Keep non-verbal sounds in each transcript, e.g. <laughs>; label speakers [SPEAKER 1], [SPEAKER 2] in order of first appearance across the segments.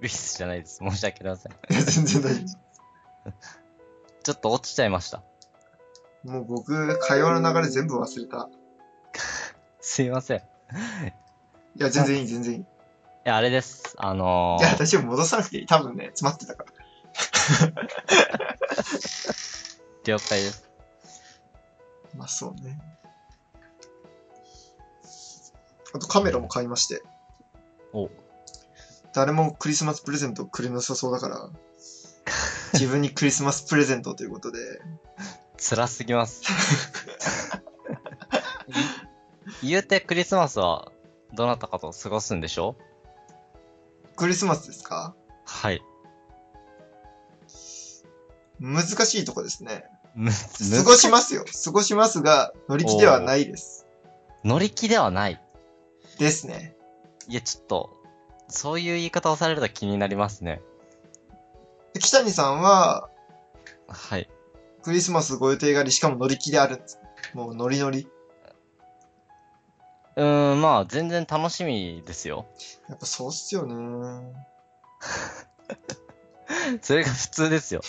[SPEAKER 1] ウィスじゃないです。申し訳ありません。
[SPEAKER 2] いや、全然大丈夫です。
[SPEAKER 1] ちょっと落ちちゃいました。
[SPEAKER 2] もう僕、会話の流れ全部忘れた。
[SPEAKER 1] すいません。い
[SPEAKER 2] いや、全然いい、全然いい。い
[SPEAKER 1] や、あれです。あの
[SPEAKER 2] や、
[SPEAKER 1] <laughs> ー、
[SPEAKER 2] 大丈夫、戻さなくていい。多分ね、詰まってたから。
[SPEAKER 1] 了解です。
[SPEAKER 2] まあ、そうね。あと、カメラも買いまして。
[SPEAKER 1] お
[SPEAKER 2] 誰もクリスマスプレゼントをくれなさそうだから、自分にクリスマスプレゼントということで、
[SPEAKER 1] 辛すぎ <laughs> ます。い言うてクリスマスは、どなたかと過ごすんでしょ
[SPEAKER 2] クリスマスですか
[SPEAKER 1] はい。
[SPEAKER 2] 難しいとこですね。
[SPEAKER 1] む、
[SPEAKER 2] 過
[SPEAKER 1] む、
[SPEAKER 2] ごしますよ。過ごしますが、乗り気ではないです。
[SPEAKER 1] 乗り気ではない。
[SPEAKER 2] ですね。
[SPEAKER 1] いや、ちょっと、そういう言い方をされると気になりますね。
[SPEAKER 2] 北谷さんは、
[SPEAKER 1] はい。
[SPEAKER 2] クリスマスご予定があり、しかも乗り気であるんです。もうノリノリ。
[SPEAKER 1] うーん、まあ、全然楽しみですよ。
[SPEAKER 2] やっぱそうっすよね。
[SPEAKER 1] それが普通ですよ。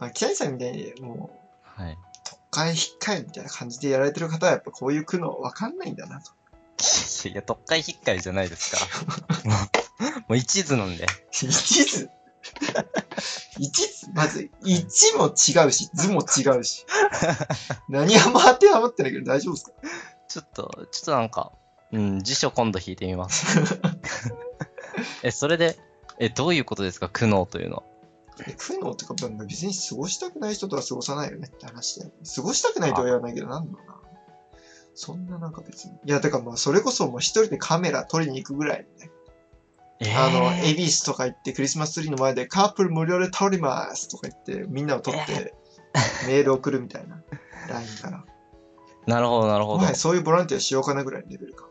[SPEAKER 2] まあ、北谷さんみたいに、もう、
[SPEAKER 1] はい。
[SPEAKER 2] 都会引っかえみたいな感じでやられてる方は、やっぱこういう苦悩わかんないんだなと。
[SPEAKER 1] いや、特会引っかいじゃないですから。 <laughs> もう、もう一途なんで。
[SPEAKER 2] 一途一途まず、一も違うし、図も違うし。何あんま当てはまってないけど大丈夫ですか
[SPEAKER 1] ちょっと、ちょっとなんか、うん、辞書今度引いてみます。
[SPEAKER 2] <laughs>
[SPEAKER 1] え、それで、え、どういうことですか苦悩というのは。
[SPEAKER 2] え苦悩とか、まあ別に過ごしたくない人とは過ごさないよねって話だよね。過ごしたくないとは言わないけど、なんだろうな。そんななんか別に。いや、だからまあ、それこそもう一人でカメラ撮りに行くぐらいね。
[SPEAKER 1] えー
[SPEAKER 2] あの、恵比寿とか行って、クリスマスツリーの前でカップル無料で撮りますとか言って、みんなを撮って、メール送るみたいな。LINE から。
[SPEAKER 1] なるほど、なるほ
[SPEAKER 2] も
[SPEAKER 1] ど
[SPEAKER 2] は。やそういうボランティアしようかなぐらいのレベルか。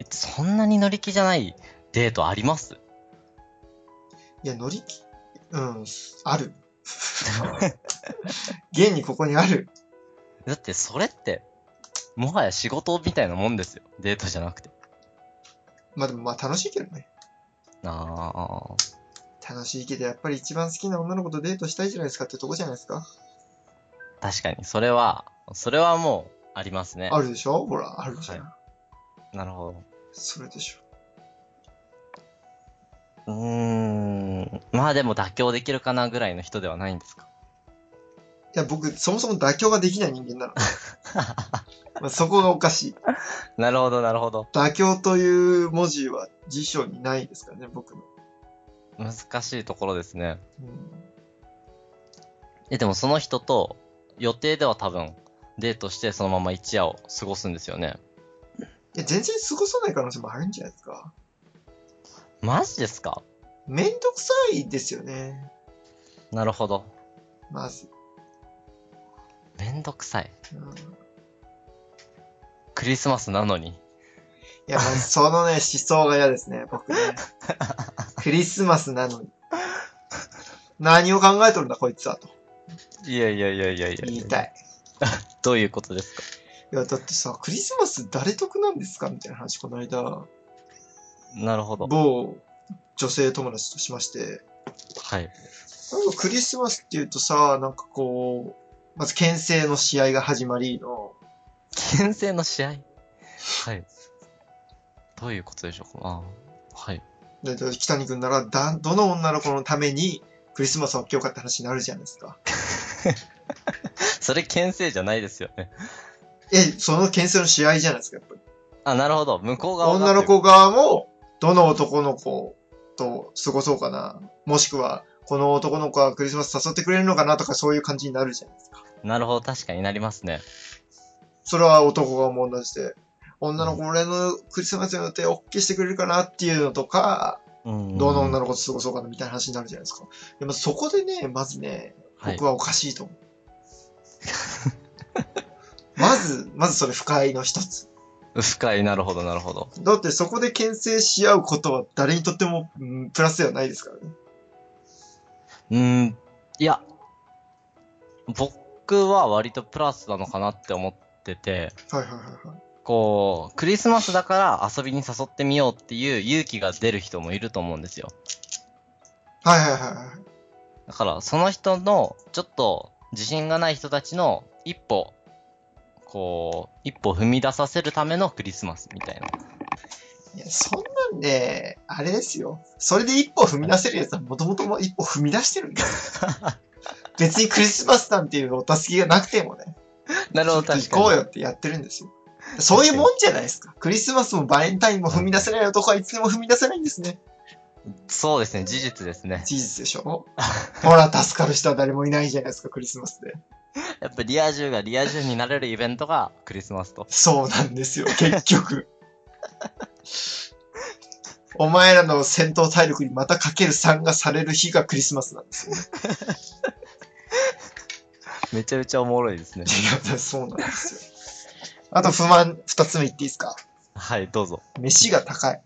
[SPEAKER 1] えそんなに乗り気じゃないデートあります <laughs>
[SPEAKER 2] いや、乗り気、うん、ある。現にここにある。
[SPEAKER 1] だって、それって、もはや仕事みたいなもんですよ。デートじゃなくて。
[SPEAKER 2] まあでもまあ楽しいけどね。
[SPEAKER 1] ああ。
[SPEAKER 2] 楽しいけど、やっぱり一番好きな女の子とデートしたいじゃないですかってとこじゃないですか。
[SPEAKER 1] 確かに、それは、それはもう、ありますね。
[SPEAKER 2] あるでしょほら、あるじゃん。
[SPEAKER 1] なるほ
[SPEAKER 2] それでしょ。
[SPEAKER 1] ど。うーん。まあでも妥協できるかなぐらいの人ではないんですか。
[SPEAKER 2] いや、僕、そもそも妥協ができない人
[SPEAKER 1] <laughs>
[SPEAKER 2] 間なの。まあそこがおかしい。
[SPEAKER 1] なるほど、なるほど。
[SPEAKER 2] 妥協という文字は辞書にないですからね、僕の。
[SPEAKER 1] 難しいところですね。
[SPEAKER 2] うん、
[SPEAKER 1] え、でもその人と、予定では多分、デートしてそのまま一夜を過ごすんですよね。
[SPEAKER 2] いや、全然過ごさない可能性もあるんじゃないですか。
[SPEAKER 1] マジですか
[SPEAKER 2] めんどくさいですよね。
[SPEAKER 1] なるほど。
[SPEAKER 2] まず。
[SPEAKER 1] めんどくさい。
[SPEAKER 2] うん
[SPEAKER 1] クリスマスなのに。
[SPEAKER 2] い
[SPEAKER 1] <laughs>
[SPEAKER 2] や、もうそのね、思想が嫌ですね、僕ね。クリスマスなのに。何を考えとるんだ、こいつは、と
[SPEAKER 1] いやいやいやいやいや
[SPEAKER 2] 言いたい。
[SPEAKER 1] どういうことですか
[SPEAKER 2] いや、だってさ、クリスマス誰得なんですかみたいな話、この間、
[SPEAKER 1] なるほど。
[SPEAKER 2] 某女性友達としまして、
[SPEAKER 1] はい。
[SPEAKER 2] なんかクリスマスっていうとさ、なんかこう、まず牽制の試合が始まりの、
[SPEAKER 1] 牽制の試合はい。どういうことでしょうかあーはい。
[SPEAKER 2] で、で北に君なら、だ、どの女の子のためにクリスマスを受けようかって話になるじゃないですか。
[SPEAKER 1] それ牽制じゃないですよね。
[SPEAKER 2] え、その牽制の試合じゃないですか、やっぱり。
[SPEAKER 1] あ、なるほど。向こう側が
[SPEAKER 2] 女の子側も、どの男の子と過ごそうかな。もしくは、この男の子はクリスマス誘ってくれるのかなとかそういう感じになるじゃないですか。
[SPEAKER 1] なるほど。確かになりますね。
[SPEAKER 2] それは男側も同じで。女の子、俺のクリスマスの予定 OK してくれるかなっていうのとか、
[SPEAKER 1] うん
[SPEAKER 2] どの女の子と過ごそうかなみたいな話になるじゃないですか。でもそこでね、まずね、
[SPEAKER 1] はい
[SPEAKER 2] 僕はおかしいと思う。 <laughs> まず、まずそれ不快の一つ。
[SPEAKER 1] 深い、なるほど、なるほど。
[SPEAKER 2] だってそこで牽制し合うことは誰にとっても、うんプラスではないですからね。
[SPEAKER 1] うーん、いや、僕は割とプラスなのかなって思ってて、
[SPEAKER 2] はいはいはいはい。
[SPEAKER 1] こう、クリスマスだから遊びに誘ってみようっていう勇気が出る人もいると思うんですよ。
[SPEAKER 2] はいはいはいはい。
[SPEAKER 1] だから、その人の、ちょっと、自信がない人たちの一歩、こう、一歩踏み出させるためのクリスマスみたいな。
[SPEAKER 2] いや、そんなんで、あれですよ。それで一歩踏み出せるやつはもともとも一歩踏み出してるんだ <laughs> よ。別にクリスマスなんていうお助けがなくてもね、
[SPEAKER 1] なるほど、
[SPEAKER 2] ちょっ
[SPEAKER 1] 確
[SPEAKER 2] と行こう
[SPEAKER 1] か
[SPEAKER 2] よってやってるんですよ。そういうもんじゃないですか。クリスマスもバレンタインも踏み出せない男はいつでも踏み出せないんですね。
[SPEAKER 1] に。そうですね、事実ですね。
[SPEAKER 2] 事実で
[SPEAKER 1] <laughs>
[SPEAKER 2] しょほら、助かる人は誰もいないじゃないですか、クリスマスで。
[SPEAKER 1] やっぱリア充がリア充になれるイベントが <laughs> クリスマスと。
[SPEAKER 2] そうなんですよ、結局。お前らの戦闘体力にまたかける3がされる日がクリスマ
[SPEAKER 1] <laughs>
[SPEAKER 2] スなんですよ。
[SPEAKER 1] めちゃめちゃおもろいですね。
[SPEAKER 2] いや、そうなんですよ。あと不満2つ目言っていいですか
[SPEAKER 1] <laughs> はい、どうぞ。
[SPEAKER 2] 飯が高い。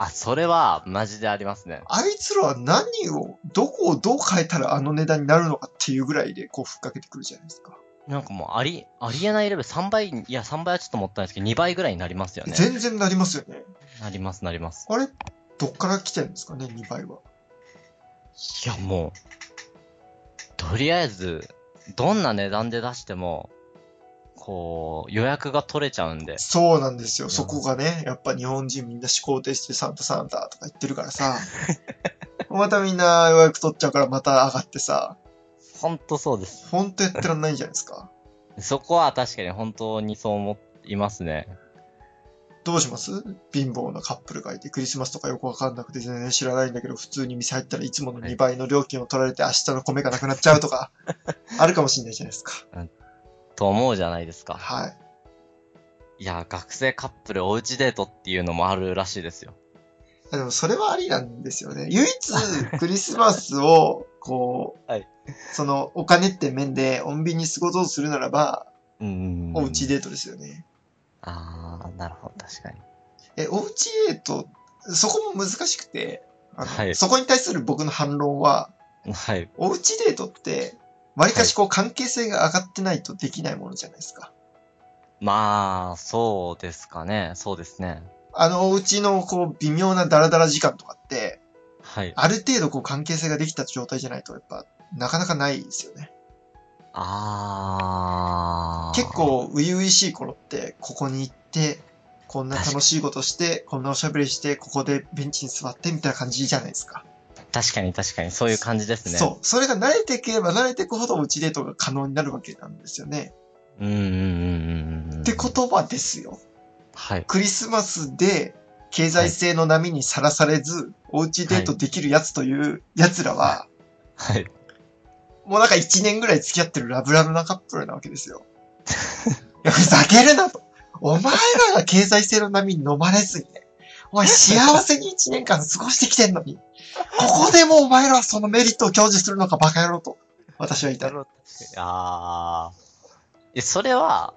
[SPEAKER 1] あ、それは、マジでありますね。
[SPEAKER 2] あいつらは何を、どこをどう変えたらあの値段になるのかっていうぐらいでこうふっかけてくるじゃないですか。
[SPEAKER 1] なんかもう、あり、ありえないレベル、3倍、いや、3倍はちょっともったいないですけど、2倍ぐらいになりますよね。
[SPEAKER 2] 全然なりますよね。
[SPEAKER 1] なります、なります。
[SPEAKER 2] あれどっから来てるんですかね、2倍は。
[SPEAKER 1] いや、もう、とりあえず、どんな値段で出しても、こう、予約が取れちゃうんで。
[SPEAKER 2] そうなんですよ。そこがね、やっぱ日本人みんな思考停止でサンタサンタとか言ってるからさ。 <laughs> またみんな予約取っちゃうからまた上がってさ、
[SPEAKER 1] ほんとそうです。
[SPEAKER 2] ほんとやってらんないんじゃないですか。
[SPEAKER 1] そこは確かに本当にそう思いますね。
[SPEAKER 2] どうします貧乏なカップルがいて、クリスマスとかよくわかんなくて全然知らないんだけど、普通に店入ったらいつもの2倍の料金を取られて明日の米がなくなっちゃう
[SPEAKER 1] <laughs>
[SPEAKER 2] とか、あるかもしんないじゃないですか。
[SPEAKER 1] と思うじゃないですか。
[SPEAKER 2] はい。
[SPEAKER 1] いや、学生カップルおうちデートっていうのもあるらしいですよ。
[SPEAKER 2] あでもそれはありなんですよね。唯一クリスマスを、こ
[SPEAKER 1] <laughs>
[SPEAKER 2] う、
[SPEAKER 1] はい
[SPEAKER 2] そのお金って面で穏便に過ごそうとするならば、
[SPEAKER 1] うん
[SPEAKER 2] おうち
[SPEAKER 1] で。
[SPEAKER 2] デートですよね。
[SPEAKER 1] あー、なるほど、確かに。
[SPEAKER 2] え、おうちデート、そこも難しくて、あの
[SPEAKER 1] はい
[SPEAKER 2] そこに対する僕の反論は、
[SPEAKER 1] はい。
[SPEAKER 2] おうちデートって、わりかしこう関係性が上がってないとできないものじゃないですか。
[SPEAKER 1] まあ、そうですかね。そうですね。
[SPEAKER 2] あのおうちのこう微妙なダラダラ時間とかって、
[SPEAKER 1] はい。
[SPEAKER 2] ある程度こう関係性ができた状態じゃないと、やっぱ、なかなかないですよね。
[SPEAKER 1] あー。
[SPEAKER 2] 結。構初々しい頃ってここに行ってこんな楽しいことしてこんなおしゃべりしてここでベンチに座ってみたいな感じじゃないですか、
[SPEAKER 1] 確かに確かに、そういう感じですね。
[SPEAKER 2] そうそれが慣れていければ慣れていくほどおうちデートが可能になるわけなんですよね、
[SPEAKER 1] う。うんうんうんうんうん。
[SPEAKER 2] って言葉ですよ
[SPEAKER 1] はい。
[SPEAKER 2] クリスマスで経済性の波にさらされず、おうちデートできるやつというやつらは、
[SPEAKER 1] はい。
[SPEAKER 2] もうなんか1年ぐらい付き合ってるラブラブなカップルなわけですよ。いや、ふざけるなと。お前らが経済性の波に飲まれずにね、お前幸せに1年間過ごしてきてんのに、ここでもお前らはそのメリットを享受するのかバカ野郎と、私は言いたい。
[SPEAKER 1] ほど、確かに。あー。え、それは、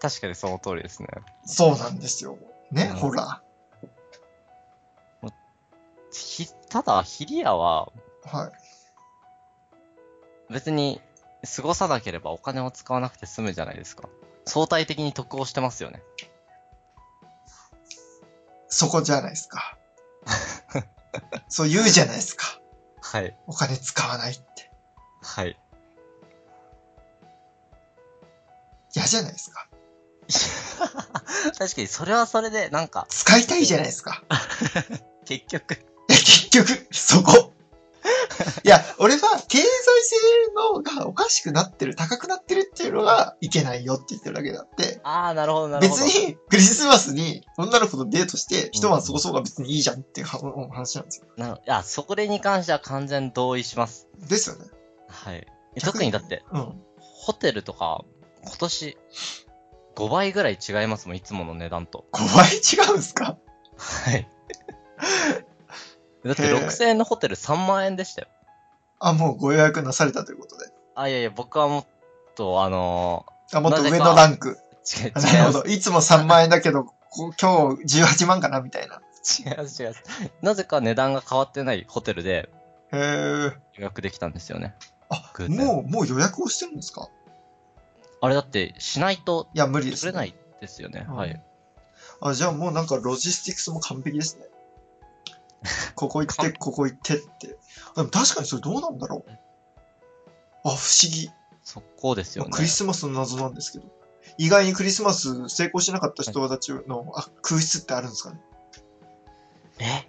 [SPEAKER 1] 確かにその通りですね。
[SPEAKER 2] そうなんですよ。ね、
[SPEAKER 1] うん
[SPEAKER 2] ほら。
[SPEAKER 1] ひ、ただ、ヒリアは、
[SPEAKER 2] はい。
[SPEAKER 1] 別に、過ごさなければお金を使わなくて済むじゃないですか。相対的に得をしてますよね。
[SPEAKER 2] そこじゃないですか。そう言うじゃないですか。
[SPEAKER 1] はい。
[SPEAKER 2] お金使わないって。
[SPEAKER 1] はい。
[SPEAKER 2] 嫌じゃないですか。
[SPEAKER 1] <laughs> 確かに、それはそれで、なんか、
[SPEAKER 2] 使いたいじゃないですか。
[SPEAKER 1] 結局、
[SPEAKER 2] いや結局、そこ。 <laughs> いや、俺は経済性のがおかしくなってる、高くなってるっていうのがいけないよって言ってるだけであって、
[SPEAKER 1] あー、なるほど、なるほ
[SPEAKER 2] 別
[SPEAKER 1] ど。
[SPEAKER 2] にクリスマスに女の子とデートして一晩過ごそうが別にいいじゃんっていうはお話なんですよ。
[SPEAKER 1] なるいや、そこでに関しては完全同意します。
[SPEAKER 2] ですよね。
[SPEAKER 1] はい。え
[SPEAKER 2] 逆に
[SPEAKER 1] 特にだって、
[SPEAKER 2] うん。
[SPEAKER 1] ホテルとか、今年、5倍ぐらい違いますもん、いつもの値段と。
[SPEAKER 2] 5倍違うんすか
[SPEAKER 1] はい。だって
[SPEAKER 2] へー
[SPEAKER 1] 6000円のホテル3万円でしたよ。
[SPEAKER 2] あ、もうご予約なされたということで。
[SPEAKER 1] あ、いやいや、僕はもっと、あの
[SPEAKER 2] あ、もっと
[SPEAKER 1] なぜ
[SPEAKER 2] 上
[SPEAKER 1] か
[SPEAKER 2] のランク。
[SPEAKER 1] ー、 <laughs> 違う、違い
[SPEAKER 2] あ
[SPEAKER 1] ます
[SPEAKER 2] なるほど。いつも3万円だけど、こ今日18万かなみたいな。
[SPEAKER 1] 違う違う。なぜか値段が変わってないホテルで
[SPEAKER 2] へえ。
[SPEAKER 1] 予約できたんですよね。
[SPEAKER 2] あ、
[SPEAKER 1] 偶然
[SPEAKER 2] もう、もう予約をしてるんですか
[SPEAKER 1] あれだってしないと
[SPEAKER 2] いや、無理です、
[SPEAKER 1] 取れないですよね。
[SPEAKER 2] うん
[SPEAKER 1] はい。
[SPEAKER 2] あ、じゃあもうなんかロジスティクスも完
[SPEAKER 1] <laughs>
[SPEAKER 2] 璧ですね。ここ行って、ここ行ってって。でも確かにそれどうなんだろう。あ、不思議。
[SPEAKER 1] そこですよ
[SPEAKER 2] まあ
[SPEAKER 1] ね。
[SPEAKER 2] クリスマスの謎なんですけど。意外にクリスマス成功しなかった人たちの、あ、空室ってあるんですかね。
[SPEAKER 1] え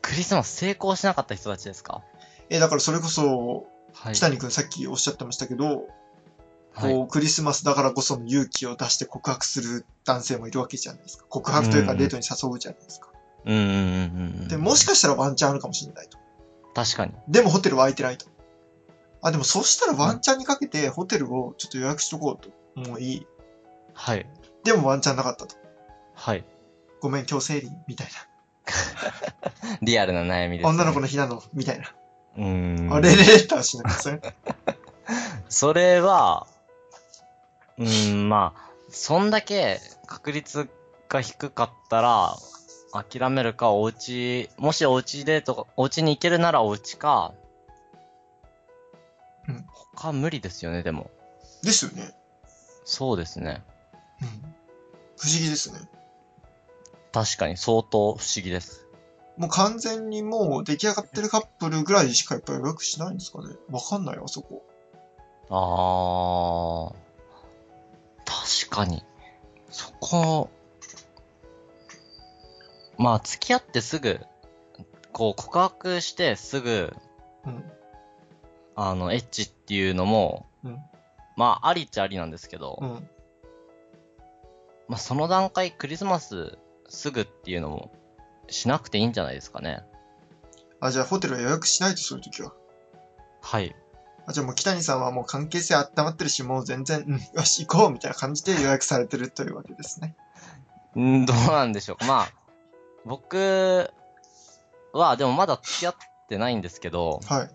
[SPEAKER 1] クリスマス成功しなかった人たちですか
[SPEAKER 2] え、だからそれこそ、
[SPEAKER 1] はい。
[SPEAKER 2] 北谷くんさっきおっしゃってましたけど、
[SPEAKER 1] はい
[SPEAKER 2] こう、クリスマスだからこその勇気を出して告白する男性もいるわけじゃないですか。告白というかデートに誘うじゃないですか。
[SPEAKER 1] うんうんうんうん。
[SPEAKER 2] で、もしかしたらワンチャンあるかもしれないと。
[SPEAKER 1] 確かに。
[SPEAKER 2] でもホテルは空いてないと。あ、でもそしたらワンチャンにかけてホテルをちょっと予約しとこうと。もういい。
[SPEAKER 1] はい。
[SPEAKER 2] でもワンチャンなかったと。
[SPEAKER 1] はい。
[SPEAKER 2] ごめん、今日生理、みたい
[SPEAKER 1] リアルな悩みです、
[SPEAKER 2] な。
[SPEAKER 1] ね。
[SPEAKER 2] 女の子の日なの、みたいな。
[SPEAKER 1] うーん。
[SPEAKER 2] あれれれって話になりますね。
[SPEAKER 1] それは、うーん、まあ、そんだけ確率が低かったら、諦めるか、お家、もしお家でとか、お家に行けるならお家か、
[SPEAKER 2] うん
[SPEAKER 1] 他無理ですよね、でも。
[SPEAKER 2] ですよね。
[SPEAKER 1] そうですね。
[SPEAKER 2] うん。不思議ですね。
[SPEAKER 1] 確かに相当不思議です。
[SPEAKER 2] もう完全にもう出来上がってるカップルぐらいしかやっぱ予約しないんですかね。わかんない、あそこ。
[SPEAKER 1] あー、確かに。そこ、まあ、付き合ってすぐ、こう、告白してすぐ、
[SPEAKER 2] うん。
[SPEAKER 1] あの、エッチっていうのも、
[SPEAKER 2] うん
[SPEAKER 1] まあ、ありっちゃありなんですけど、
[SPEAKER 2] うん。
[SPEAKER 1] まあ、その段階、クリスマスすぐっていうのも、しなくていいんじゃないですかね。
[SPEAKER 2] あ、じゃあホテルは予約しないと、そういう時は。
[SPEAKER 1] はい。
[SPEAKER 2] あ、じゃあもう北谷さんはもう関係性温まってるし、もう全然、うん、よし、行こうみたいな感じで予約されてるというわけですね。
[SPEAKER 1] うんどうなんでしょうか。まあ、僕は、でもまだ付き合ってないんですけど、
[SPEAKER 2] はい。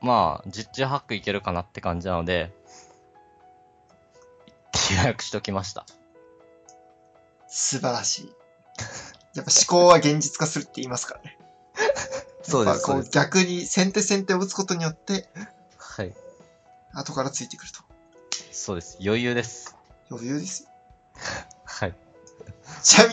[SPEAKER 1] まあ、実地ハックいけるかなって感じなので、予約しときました。
[SPEAKER 2] 素晴らしい。 <laughs> やっぱ思考は現実化するって言いますからね。
[SPEAKER 1] <laughs> そうです、
[SPEAKER 2] や
[SPEAKER 1] そ
[SPEAKER 2] っ
[SPEAKER 1] うで
[SPEAKER 2] ぱこう
[SPEAKER 1] す。
[SPEAKER 2] 逆に先手先手を打つことによって、
[SPEAKER 1] はい。
[SPEAKER 2] 後からついてくると。
[SPEAKER 1] そうです。余裕です。
[SPEAKER 2] 余裕ですよ。
[SPEAKER 1] はい。
[SPEAKER 2] ちなみ